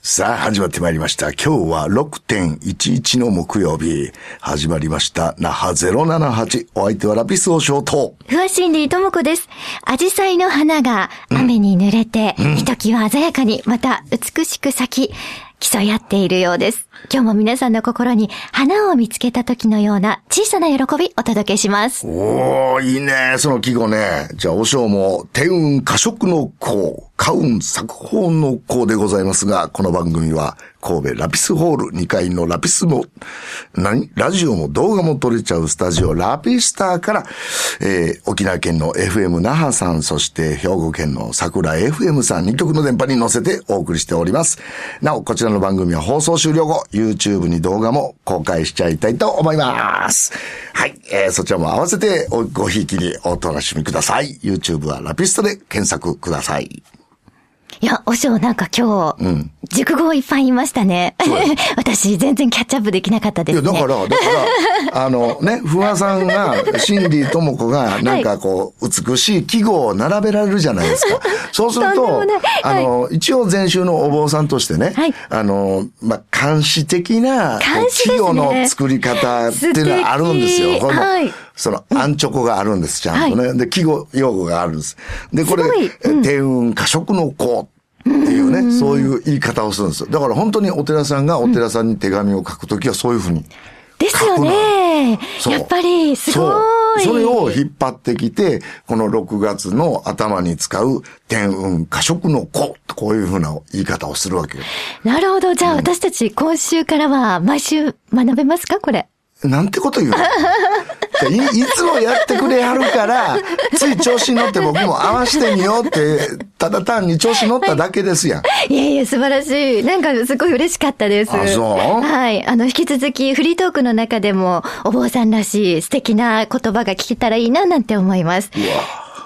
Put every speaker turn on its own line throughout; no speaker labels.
さあ、始まってまいりました。今日は6.11の木曜日、始まりました。那覇078。お相手はラピスをショート。
ふわしんりともこです。アジサイの花が雨に濡れて、ひときわ鮮やかに、また美しく咲き、競い合っているようです。今日も皆さんの心に花を見つけた時のような小さな喜びお届けします。
おー、いいね。その季語ね。じゃあ、お尚も、天運過食の子、家運作法の子でございますが、この番組は、神戸ラピスホール2階のラピスも、何ラジオも動画も撮れちゃうスタジオラピスターから、えー、沖縄県の FM 那覇さん、そして兵庫県の桜 FM さん2局の電波に乗せてお送りしております。なお、こちらの番組は放送終了後、YouTube に動画も公開しちゃいたいと思います。はい、えー、そちらも合わせておごひいきにお楽しみください。YouTube はラピスタで検索ください。
いや、おしょうなんか今日、熟語いっぱい言いましたね。 私全然キャッチアップできなかったで
いや、
すね。
だから、だから、あのね、不破さんが、シンディともこが、なんかこう、美しい記号を並べられるじゃないですか。そうする
とんで
と
もない、
あの、一応前週のお坊さんとしてね
はい、
あの、ま、あ監視的な、
監視です
記
ね
号の作り方っていうのはあるんですよ。
素敵
この
はい
その、アンチョコがあるんです、ちゃんとね。で、記号用語があるんです。で、これ
すごい、
え天運過食の子。っていうね、そういう言い方をするんですよ。だから本当にお寺さんがお寺さんに手紙を書くときはそういうふうに
ですよね。
そう
やっぱり、すごい。
そうそれを引っ張ってきて、この6月の頭に使う天運過食の子とこういうふうな言い方をするわけよ。
なるほど。じゃあ私たち今週からは毎週学べますかこれ。
なんてこと言うのいやいいつもやってくれはるから、つい調子に乗って僕も合わせてみようって、ただ単に調子に乗っただけですやん。
いえいえ、素晴らしい。なんか、すごい嬉しかったです。
あそう
はい。あの、引き続き、フリートークの中でも、お坊さんらしい素敵な言葉が聞けたらいいな、なんて思います。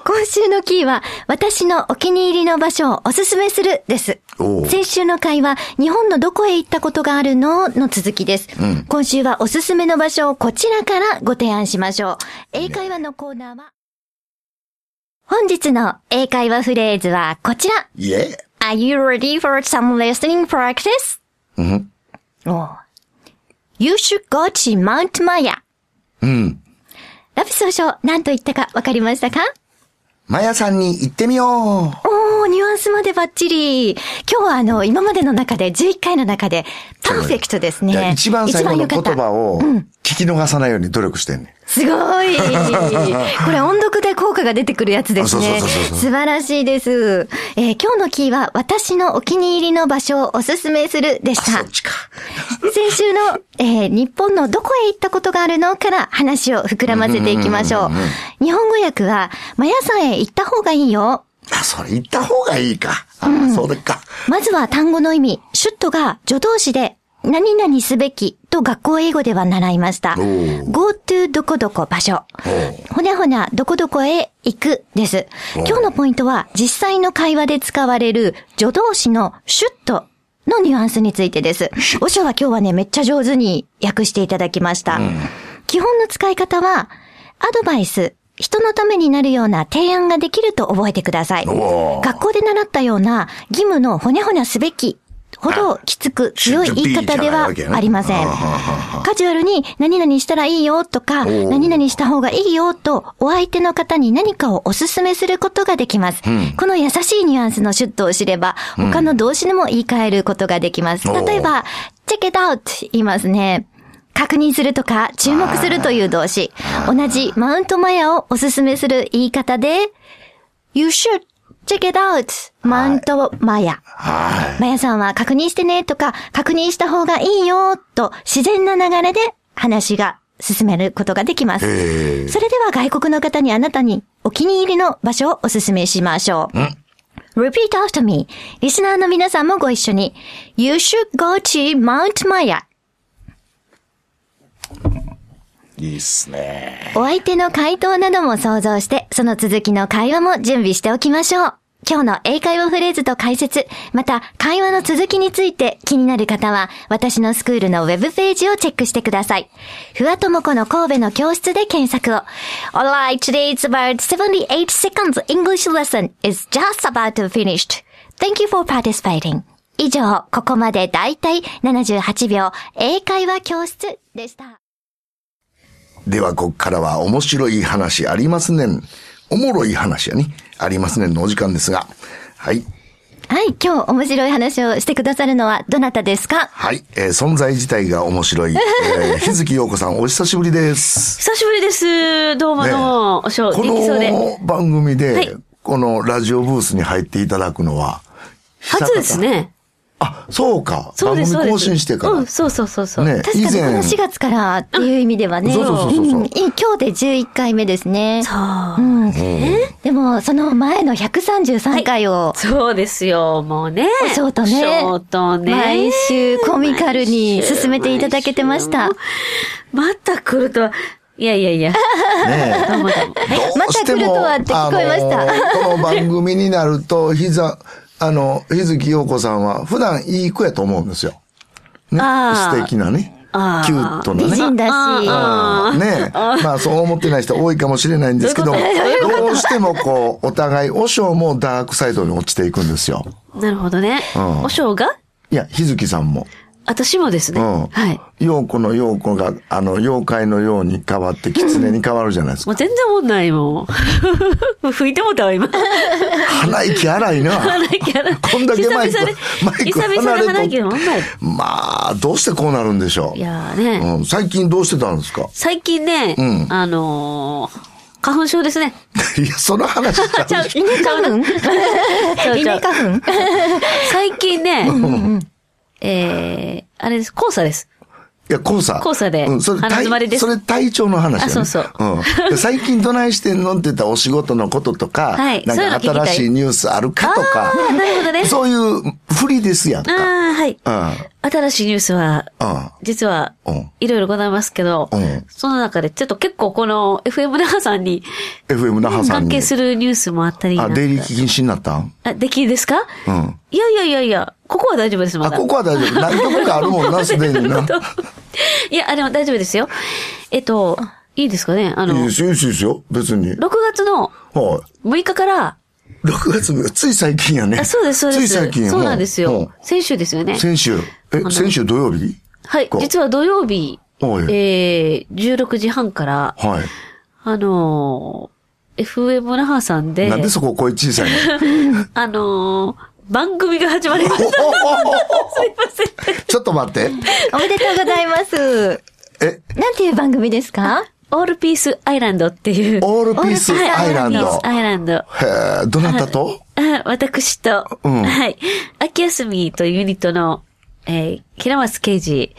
今週のキーは、私のお気に入りの場所をおすすめする、です
おう。
先週の回は、日本のどこへ行ったことがあるのの続きです。今週はおすすめの場所をこちらからご提案しましょう。英会話のコーナーは、本日の英会話フレーズはこちら。
いえ。
Are you ready for some listening practice? うん。おう You should go to Mount Maya.
うん。
ラピス少々何と言ったかわかりましたか
マヤさんに行ってみよう。
おー、ニュアンスまでバッチリ。今日はあの、今までの中で、11回の中で、パーフェクトです
いや
ね。
一番最後の言
一番良か
葉
った
を聞き逃さないように努力してんねん。
す ごい。これ音読で効果が出てくるやつです
あ
ね。
そうそうそうそう
素晴らしいです。えー今日のキーは、私のお気に入りの場所をおすすめするでした。
ちか。
先週の、えー日本のどこへ行ったことがあるのから話を膨らませていきましょう。日本語訳は、マヤさんへ行った方がいいよ。
あ、それ言った方がいいか。あ、そうでっか。
まずは単語の意味、シュットが助動詞で、何々すべきと学校英語では習いました。
ー
go to どこどこ場所。
お
ほにゃほにゃどこどこへ行くです。今日のポイントは実際の会話で使われる助動詞のシュッとのニュアンスについてです。おしょは今日はね、めっちゃ上手に訳していただきました。基本の使い方は、アドバイス、人のためになるような提案ができると覚えてください。
おー
学校で習ったような義務のほにゃほにゃすべきほどきつく強い言い方ではありません。カジュアルに何々したらいいよとか、
ー
何々した方がいいよと、お相手の方に何かをお勧めすることができます。この優しいニュアンスのシュッとを知れば、他の動詞にも言い換えることができます。
おー
例えば、check it out 言いますね。確認するとか、注目するという動詞。同じマウントマヤをお勧めする言い方で、You should check it out マウントマヤ。
は
マヤさんは確認してねとか、確認した方がいいよと自然な流れで話が進めることができま
い。
す。
えー
それでは外国の方にあなたにお気に入りの場所をお勧めしましょう。Repeat after me. リスナーの皆さんもご一緒に。You should go to Mount Maya.
いいっすね。
お相手の回答なども想像して、その続きの会話も準備しておきましょう。今日の英会話フレーズと解説、また会話の続きについて気になる方は、私のスクールのウェブページをチェックしてください。ふわともこの神戸の教室で検索を。Alright, today it's about 78 seconds English lesson is just about finished. Thank you for participating. 以上、ここまでだいたい78秒、英会話教室でした。
では、ここからは面白い話ありますねん。おもろい話やね。ありますねんのお時間ですが。はい。
はい、今日面白い話をしてくださるのはどなたですか
はい。えー存在自体が面 白い。えー日月陽子さん、お久しぶりです。
久しぶりです。どうもどうも。おしょう、
こ
元気そうで。
の番組で、
はい
このラジオブースに入っていただくのは、久
初
々
です。ね。
あ、そうか。
そうです、そう
番組
です。
更新してから。
うん、そうそうそうそう。
ね
確かに
以
こ
前
の4月からっていう意味ではね。
そうそうそうそうそうん
いい今日で11回目ですね。。
そうう。
ん。でも、その前の133回を、
そうですよ、もうね。
ショートね
ショートね。
毎週コミカルに進めていただけてました。
毎週。また来るとは、いやいや いや、
ね
どうもどうも。
どうしても
また来るとはって聞こえました
あのこの番組になると、ひざ、あの、日月陽子さんは普段いい子やと思うんですよ。ね、
あー
素敵なね。キ
あー
ュートなね。
美人だし、
あ
うんねまあそう思ってない人多いかもしれないんですけど、
どういう
どうしてもこう、お互い、お尚もダークサイドに落ちていくんですよ。
なるほどね。
うん
おしょうが
いや、日月さんも。
私もですね。
うん。
はい。
陽子の陽子が、あの、妖怪のように変わって、狐に変わるじゃないですか。
もう全然もんないもん。 拭いてもた わ、今。
鼻息荒いな。
鼻息荒い
こんだけマイク
久々で、
マイク
久々
離
で
れ
鼻息
と
が荒い
まあ、どうしてこうなるんでしょ
いやーね。
う。うん、最近どうしてたんですか
最近ね、
うん
あのー花粉症ですね。
いや、その話ちゃう
ちゃう、ち
稲花
ゃ
粉
うちゃ
稲
う
花粉
最近ね、えー、あれです、黄砂です。
いや、黄砂。
黄砂で
うん、それ、
鼻
体
詰まりです
それ体調の話、ね。
あそうそう
うんで。最近どないしてんのって言ったらお仕事のこととか、
はい
なんか
そういうの聞き
新
たい
しいニュースあるかと
あ
か、
ー、なるほどね。
そういうふりですやん
あ
か。
あ、はい。新しいニュースは、
う
実は
うん、
いろいろございますけど、
うん
その中で、ちょっと結構この FM 那覇さんに
ん。うん。FM 那覇さん
関
に。
係するニュースもあったりな
あ、
んか
出入り禁止になったん
あ、できですか
うん。
いやいやいやいや、ここは大丈夫です、ま
あ、
だ。
ここは大丈夫。何曲かあるもん な、すでにな。い
いや、あれも大丈夫ですよ。えっと、いいですかねあの、
いで
6
すよ、いいですよ。別に。はい。
月の
6
6日から、
月の、つい最近やね。
あそうです、そうです。
つい最近
そうなんですよ。先週ですよ
うん
ね。
先週。え、先週土曜日
はい
こ。う
実は土曜日、
はい
えー、16時半から、
はい。
あのー、FM 那覇さんで、
なんでそこ声小さいの
あのー、番組が始まりました。すいません。
ちょっと待って。
おめでとうございます。
え、
なんていう番組ですか
オールピースアイランドっていう。
オールピースアイラン
オールピ
ド
ース。アイランド。
へえ、どなたと
あ 私と、
うん
はい。秋休みというユニットの、えー、平松刑事、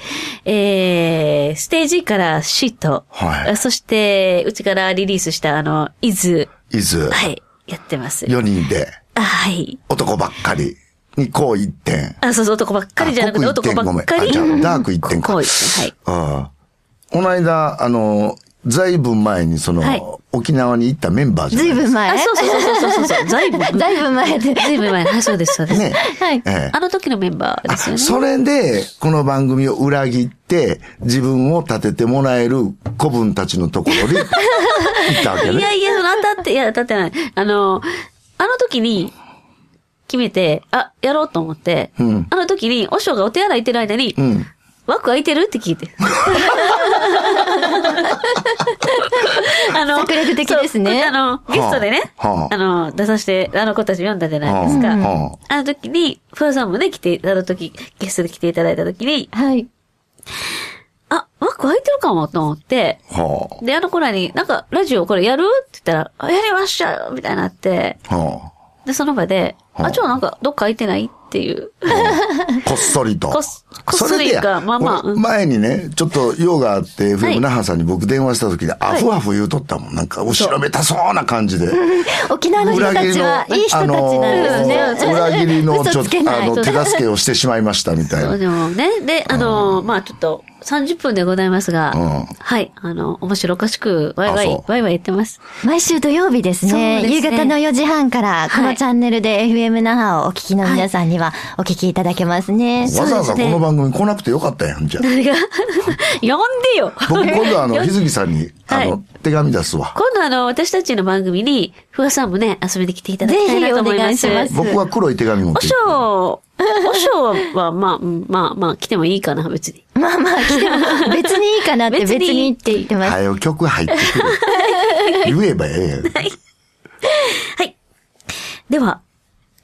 えー、ステージからシート、
はい
あそして、うちからリリースしたあの、伊豆、
伊豆。
はい、やってます。
4人で、
あ、はい。
男ばっかりにこう一点。
あ、そうそう、男ばっかりじゃなくて、
あ黒
男
一点
ばっか
ごめ
り。
んあじゃあダーク一点か
こうですね
ああ。この間、あの、ずいぶん前にその、
はい
沖縄に行ったメンバーじゃ
ず
ない
い
で
ぶ
す
ん
か。
はい。
前
あ、そうそうそうそうそう そう、だいぶ、
だいぶ前 で。
だいぶ前。はい、そうです、そうです。
ね。
はい
ええ
あの時のメンバーですよね。
それで、この番組を裏切って、自分を立ててもらえる子分たちのところに行ったわけ
いや
ね。
いや、その当たって、いや、当たってない。あの、あの時に、決めて、あ、やろうと思って、
うん
あの時に、おしょうがお手洗い行ってる間に、
うん。
枠空いてるって 聞いて。あの
策略的ですね
そうあの、ゲストでね、
はあはあ
あの、出させて、あの子たち読んだじゃないですか。
はあは
あの時に、フワさんもね、来て、あの時、ゲストで来ていただいた時に、
はい。
あ、枠空いてるかもと思って、
は
で、あの子らに、なんか、ラジオこれやるって言ったら、あやりましたよみたいになって、
あ。は
で、その場で、
はあ
あ、ちょ、なんか、どっか空いてないっていう。
あ。こっそりと。
こっこっそりか
それでや
まあまあ
俺
うん
前にね、ちょっと用があって、
はい
FM 那覇さんに僕電話した時で、あ
い
ふあふ言うとったもん。なんか、後ろめたそうな感じで。
沖縄の人たちは、いい人たち
あ
なんで
の
す
ー
ね。
裏切りの、ちょ
嘘
っ
つけ
と、
な
あ
い。
の、手助けをしてしまいましたみたい
そう
な。
でもね、で、あの、まあ、ちょっと、 30分でございますが、
うん
はい、あの、面白おかしく、ワイワ
あ
イ
そ、う
ワイワイ言ってます。
毎週土曜日ですね。
そうですね
夕方の4時半から、このチャンネルで FM 那覇をお聞きの皆さんにはお聞きいただけますね。
わざわざこの番組来なくてよかったやん、じゃあ。
誰が呼んでよ
僕今度あの、
よ
日月さんに、あ
は
の、手紙出すわ。
今度あの、私たちの番組に、ふわさんもね、遊びに来ていただきたいなと思います。
ぜひお願いします
僕は黒い手紙持っ
お
て行く。
尚、 お尚は、まあ、うんまあ、まあ、来てもいいかな、別に。
まあまあ、来ても別にいいかなって別
別に
にって言ってます。
はよ、曲入ってくる。言えばええやん。
はい。では、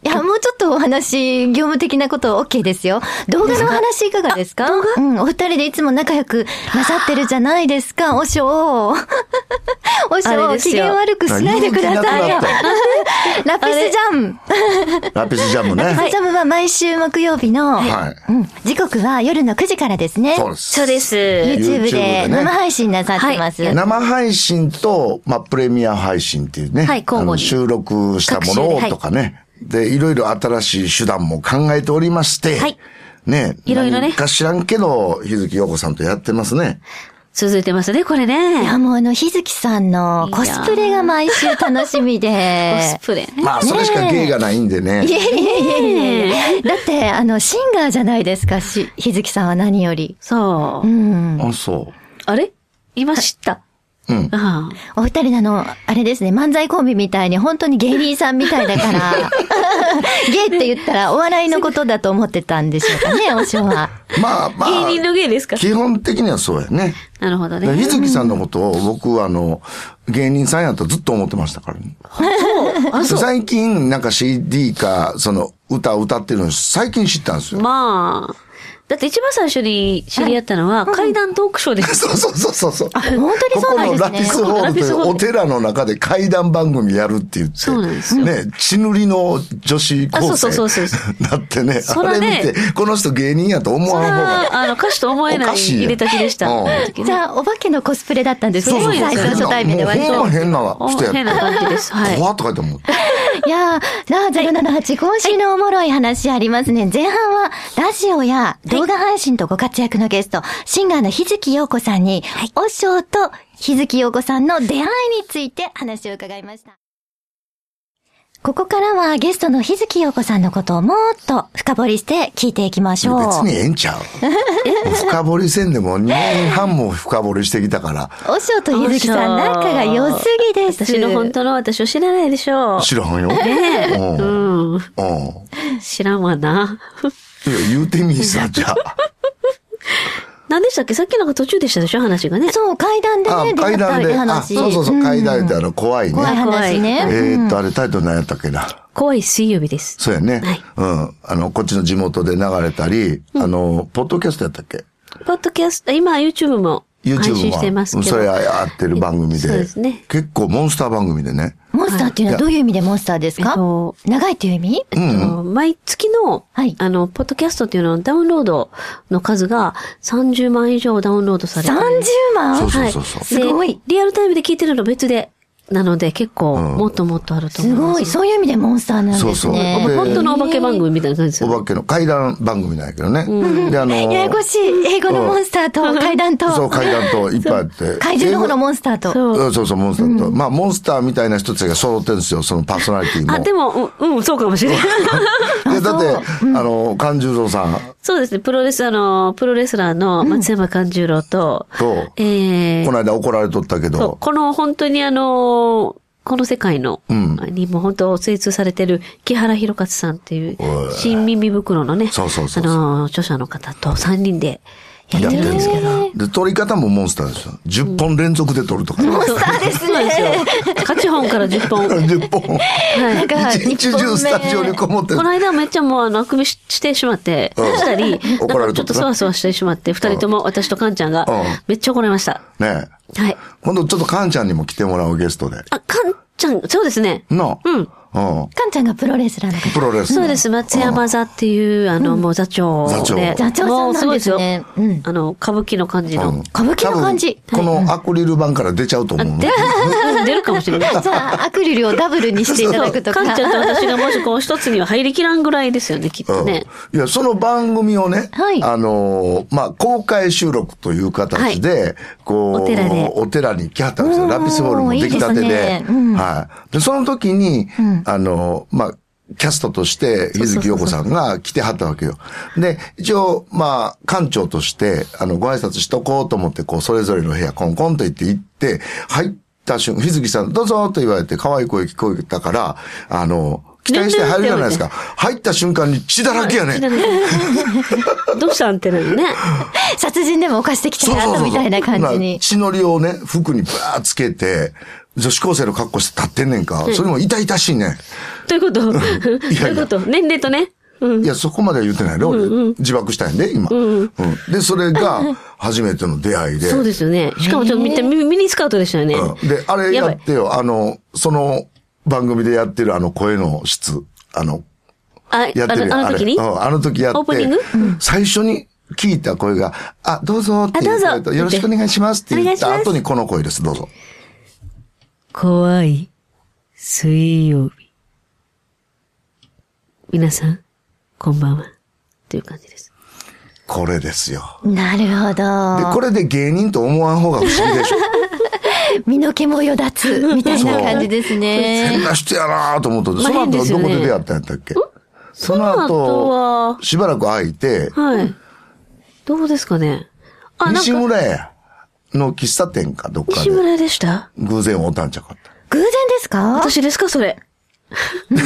いや、もうちょっとお話、業務的なこと OK ですよ。動画の話いかがですかうん、お二人でいつも仲良くなさってるじゃないですか、おし ょう。おし
あ
ょう、
れです
機
よ
嫌悪くしないでくださいよ
人気なくなっ。
ラピスジャム。
ラピスジャム
ラピス
ね。
ジャムは毎週木曜日の、
はい
うん、時刻は夜の9時からですね。
そうです。
そうです。
YouTube
YouTube
で
で
ね
生配信なさってます。
は
生配信と、まあ、プレミア配信っていうね。
はい交互に
あの収録したものを
各種ではい
とかね。で、いろいろ新しい手段も考えておりまして。
はい
ね
いろいろね
何か知らんけど、日月陽子さんとやってますね。
続いてますね、これ
いや、
ね。
もうあの、日月さんのコスプレが毎週楽しみで。
コスプレね。
まあ、それしか芸がないんでね。
いやいやいやいやいやだって、あの、シンガーじゃないですか、し、日月さんは何より。
そうう。
ん。
あ、そ
あれ今知った。
う。うん。
ああ
お二人の、あの、あれですね、漫才コンビみたいに、本当に芸人さんみたいだから、芸って言ったらお笑いのことだと思ってたんでしょうかね、おしょは。
まあまあ。
芸人の芸ですか
基本的にはそうやね。
なるほど
だから日
ね。
月さんのことを僕はあの、芸人さんやとずっと思ってましたからね。
あ、そう。
最近なんか CD か、その歌を歌ってるの最近知ったんですよ。
まあ。だって一番最初に知り合ったのは、階段トークショーで す。
そうそうそうそうそう。
本当にそうなん
ここの
です
ラピ
ね。
スホールというお寺の中で怪談番組やるって言って。
そうなんですよ
ね、血塗りの女子高
あそうそうそ
生
うそう
なってね、
そ
あ
ら
れ
ね
見て、この人芸人やと思わん方が。
ああの、歌手と思え
お
な
か
い
しいよ
入れたちでした。
うん
あの時ね
じゃあ、お化けのコスプレだったんですね
そう、です
最初初対面で割
もうほんま
と。
変な人やって。
変な感じです。はい。
怖っとか言って思って。
いやー、なあ、078、今週のおもろい話ありますね。前半は、ラジオや動画配信とご活躍のゲスト、シンガーの日月陽子さんに、おしょうと日月陽子さんの出会いについて話を伺いました。ここからはゲストの日月陽子さんのことをもっと深掘りして聞いていきましょう。
別にええんちゃう。深掘りせんでも2年半も深掘りしてきたから、
おしょうと日月さん、仲が良すぎです。
私の本当の私を知らないでしょう。
知らんよ。
ねえ
う。
うん
うん。
ん。
い
知らんわな。
や、言うてみいさ、じゃあ。
何でしたっけさっきなんか途中でしたでしょ話がね。
そう、階段で
あ
ね、、出会
階
ったっ
段
て
で。あ、
話。
そうそうそう、
ん
階段であの、怖いね。
怖い話ね。
えーっと、あれタイトル何やったっけな。
怖い水曜日です。
そうやね
はい。
うん。あの、こっちの地元で流れたり、あの、ポッドキャストやったっけ
ポッドキャスト、今 YouTube も配
?YouTube
信してま
は。
す
う
け
ん
ど。
それ合ってる番組
そう
で
ですね。
結構モンスター番組でね。
モンスターっていうのはどういう意味でモンスターです
え
か、
っと
長いっていう意味
えっと毎月の、
はい
あの、ポッドキャストっていうののダウンロードの数が30万以上ダウンロードされてる。
?30
そ
万
う
はい
そうそう
すごい
でリアルタイムで聞いてるの別で、なので結構、
うん
もっともっとあると思
す
います。
ごい。そういう意味でモンスターなんです
そ
ね。
うそう
お
で
本当のお化け番組みたいな感じです
お
よね。
化けの階段番組なんやけどね。で、あの、
ややこしい。英語のモンスターと階段と、
そう、階段といっぱいあって。
怪獣の方のモンスターと。
そう
うんそうそう、モンスターと。まあ、モンスターみたいな人たちが揃ってるんですよ、そのパーソナリティも。
あ、でも、うん、うん、そうかもしれ ない。
いやだって、あの、勘十郎さん
そうですね、プロレス、あの、プロレスラーの松山勘十郎と、
と、
えー
この間怒られとったけ
そう
ど、
この本当にあの、この世界の、
ん
にも本当精通されてる木原博勝さんっていう
おい、
新耳袋のね、
そうそうそう
あの、著者の方と3人でや
や
っ
ってて
る
るん
んで
ですす
け
け
ど。
ど、で、撮り方もモンスターですよ。10本連続で撮るとか。
モンスターです
そうなんですよ
ね。。
勝ち本から10本。はい。
10本。
なんか、
一日
一本
中
目
スタジオにこもって
この間めっちゃもうあの、あくびししてしまって、
うん
したり、なん
怒られと
かちょ
っ
っ
な
たとそわそわしてしまって、二人とも私とカンちゃんが
うん、
めっちゃ怒られました。
ねえ
はい。
今度ちょっとカンちゃんにも来てもらうゲストで。
あ、カンちゃん、そうですね。
なあ
うん。
うん。
かんちゃんがプロレスラーの方。
プロレス。
そうです。松山座っていう、あの、もう座長
座長
で。
座長
もう
さんなんですね
ごいよ
うん
あの、歌舞伎の感じ
うん。
の。
歌舞伎の感じ
多分このアクリル板から出ちゃうと思う。
で出るかもしれない。
じゃあ、アクリルをダブルにしていただくとか。
かんちゃんと私がもしこう一つには入りきらんぐらいですよね、きっとね。
うんいや、その番組をね、
はい
あのーまあ、公開収録という形で、こう、
お寺で
お寺に行きはったんですよ。
おー
ラピスボールもできたてで。
いいですねうん
はい。で、その時に、あのーまあ、キャストとして、
うそうそう
水木陽子さんが来てはったわけよ。で、一応、まあ、館長として、あの、ご挨拶しとこうと思って、こう、それぞれの部屋、コンコンと言って行って、入った瞬間、日月さん、どうぞと言われて、可愛い声聞こえたから、あの、期待して入るじゃないですか。入った瞬間に血だらけやね。
どうしたんってなるね。
殺人でも犯してきた
そう
ら
そう
あ
そう
ったみたいな感じ
まあ
に。
血のりをね、服にばーつけて、女子高生の格好して立ってんねんか。それも痛々しいね。
という こと、ということ、年齢とね。うん。
いや、そこまでは言ってないで、俺、自爆したんやね、今。うんで、それが、初めての出会いで。
そうですよね。しかもちょっと見て、ミミニスカートでしたよね。
うんで、あれ
やば
や
い
ってよ、あの、その番組でやってるあの声の質、あの、や
あ、あ
ってる
の
やん
あの時に
あれうんあの時やって。
オープニング
最初に聞いた声が、あ、どうぞっていう
あ
声
ど
と、
うぞ
よろしくお願いしますって言っ
お
た
願いします
後にこの声です、どうぞ。
怖い水曜日。皆さん、こんばんは。という感じです。
これですよ。
なるほ
で、
ど。
これで芸人と思わん方が不思議でしょ。
身の毛もよだつ、みたいな感じです
変
ね。
な人やなぁと思っ
ま
て、
あ
その
変で
後
す
ど
よね
こで出会ったんやったっけその
その後
後
は、
しばらく空いて、
はい。どうですかね。あ、なん
西
か、
村屋の喫茶店かどっか
西
で
村でした
偶然おったんちゃうかった。
偶然ですか
私ですかそれ。
ち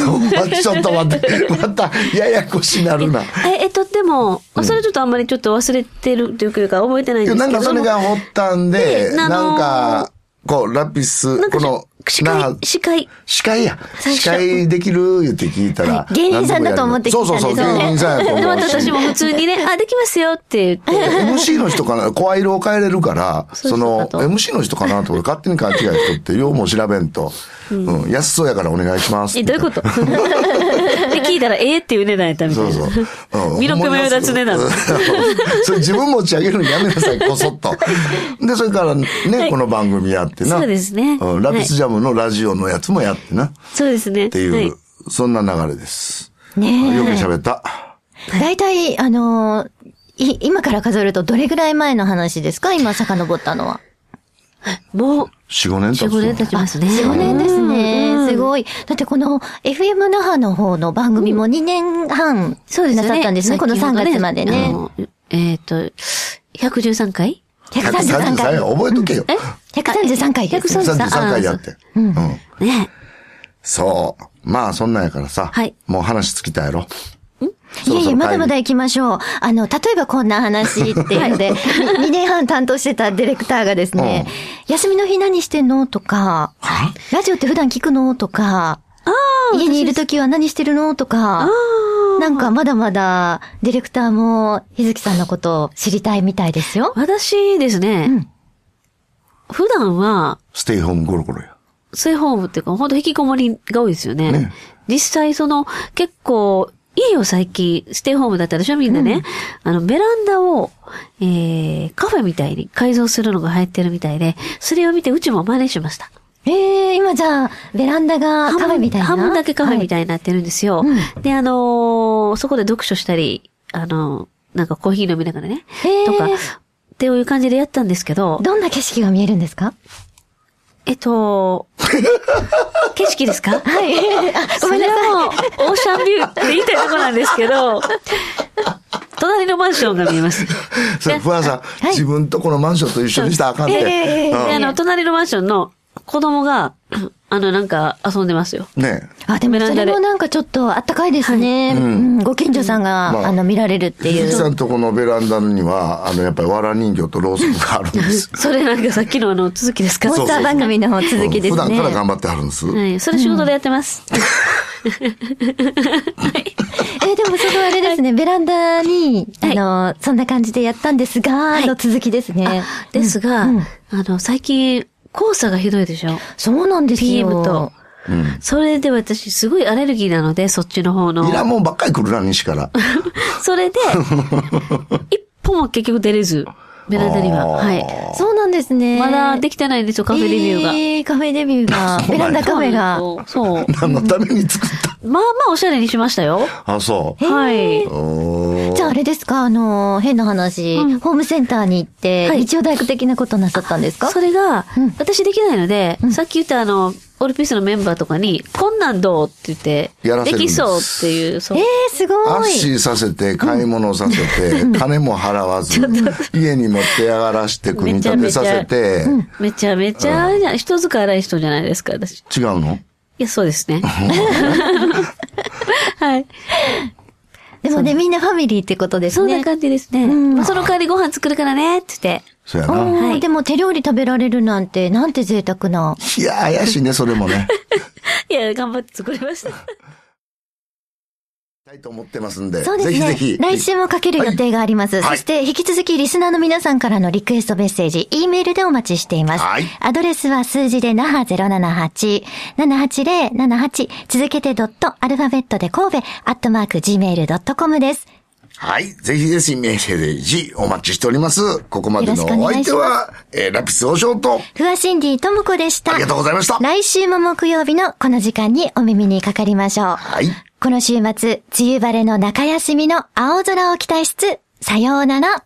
ょっと待 って、またややこしなるな。
え、えっと、 でも、それちょっとあんまりちょっと忘れてるというか、覚えてないん
い
で
や
すけ
な
ど。
んかそれが発端で、
であ
な
の
んか、こう、ラピス、
なんか
こ
し
の、
司
那
会
覇、
司会。
司会や。
最初
司会できる言って聞いたら
は。い芸人さんだと思って聞いたんで
そうそうそう、
そう
芸人さんやと
で、
思
ま
う
た私
し。
も普通にね、あ、できますよって言って。
MC の人かな声色を変えれるから、
そう
その、
そうだと
MC の人かなとか勝手に勘違いしとって、ようも調べんと。うん、安そうやからお願いします。
え、どういうこと で、聞いたら、ええっていう値段やったみた
そう
い
そう
な。。
うん
ミロクマヨダツ値段
うんそれ自分持ち上げるのやめなさい、こそ っと。で、それからね、この番組やってな。
そうですね
うんラピスジャムのラジオのやつもやってな。っ
そうですね。って
いう、そんな流れです。
ねえ
よく喋った。
大体、あのーい、今から数えるとどれぐらい前の話ですか今遡ったのは。
もう、
4、5年経
4、
つ。
5年経ちますね。
去年ですね。す
い。
ごい。だってこの FM 那覇の方の番組も2年半
そうですね。
なさったんですね。この3月まで
あ
ね。
の。えっと、113回
133
133
回
回。。覚えとけよ。
133回です。
133
133回やって。うん。
ね
そう。まあ、そんなんやからさ。
はい
もう話尽きたやろ。
い
ろ
えい
そ
え、
ろ
まだまだ
帰り
行きましょう。あの、例えばこんな話っていうので、2年半担当してたディレクターがですね、休みの日何してんのとか、ラジオって普段聞くのとか、家にいるときは何してるのとか、なんかまだまだディレクターも日月さんのことを知りたいみたいですよ。
私ですね、
ん
普段は、
ステイホームゴロゴロや。
スイホームっていうか、ほんと引きこもりが多いですよね。
ね
実際その、結構、家を最近、ステイホームだったでしょみんなね。あの、ベランダを、えー、カフェみたいに改造するのが流行ってるみたいで、それを見てうちも真似しました。
ええ今じゃあ、ベランダがカフェみたいな。
半分半分だけカフェみたいになってるんですよ。で、あのーそこで読書したり、あのーなんかコーヒー飲みながらね。
へー
とか、っていう感じでやったんですけど、
どんな景色が見えるんですか
えっと、景色ですか
はい。あ、 ごめんなさい。
い。オーシャンビューって言いたいとこなんですけど、隣のマンションが見えます。
それ、不安さん、
い
自分とこのマンションと一緒にしたらあかんって。
ええええ
うん
で、あの、隣のマンションの子供が、あの、なんか遊んでますよ。
ね
あ、でも
ベラ
そ
ンダ
れ
で
もなんかちょっとあったかいですね。うんご近所さんが、
まあ
あの、見られるって
え。
い
ゆき
う。
さんとこのベランダには、あの、やっぱり藁人形とろうそくがあるんです。
それなんかさっきのあの、続きですか
モン
そう
スタ
そう
ー番組の続きですね。
普段から頑張ってはるんです。
はい。それ仕事でやってます。
えーでもそのあれですね、ベランダに、あの、そんな感じでやったんですが、の続きですね。
ですが、あの、最近、黄砂がひどいでしょ
そうなんですよ。
?PM と。それで私、すごいアレルギーなので、そっちの方の
い。らんもんばっかり来るな、西から。
それで、一歩も結局出れず、ベランダには。
あー、
はい。
そうなんですね。
まだできてないんですよ、カフェレビューが。
えーカフェレビューが
そう
ベ
な
ラ
ん
ン
や
ダカフェが。
そう。
何のために作 っ
まあまあおしゃれにしましたよ。
たあ、そ
はい。
う。おー
じゃああれですかあの、変な話、
うん
ホームセンターに行って、
はい
日曜大工的なことなさったんですか
それが
うん、
私できないので
う、ん
さっき言ったあの、オルピースのメンバーとかに、こんなんどうって言って
やら、せ
で
るんで
き
す
そうっていう、そう
え。ー、すご
アッ
い。
シーさせて、買い物させて、金も払わず、家に持って上がらして、組み立てさせて、
めちゃめちゃ、じゃ人使い荒い人じゃないですか、私。い
違うの
や、そうですね。はい。
でもね、みんなファミリーってことです
そん
ね。
な感じですね。
ん
まあその代わりご飯作るからね、って言って。
そうや
お
な。
ー
はい
でも手料理食べられるなんて、なんて贅沢な。
いや、怪しいね、それも ね。
いや、頑張って作りました。
したいと思ってますんで、
そうです
ぜ
ね。
ひぜひ。
来週もかける予定があります。
はい
そして、引き続きリスナーの皆さんからのリクエストメッセージ、E メールでお待ちしています。
はい
アドレスは数字で那覇078、78078、続けてドット、アルファベットで神戸、アットマーク gmail.com です。
はい。ぜひぜひメッセージお待ちしております。ここまでのお相手
よろしくお願
は、えーラピス王将と、
フワシンディともこでした。
ありがとうございました
来週も木曜日のこの時間にお耳にかかりましょう。
はい。
この週末、梅雨晴れの中休みの青空を期待しつつ、さようなら。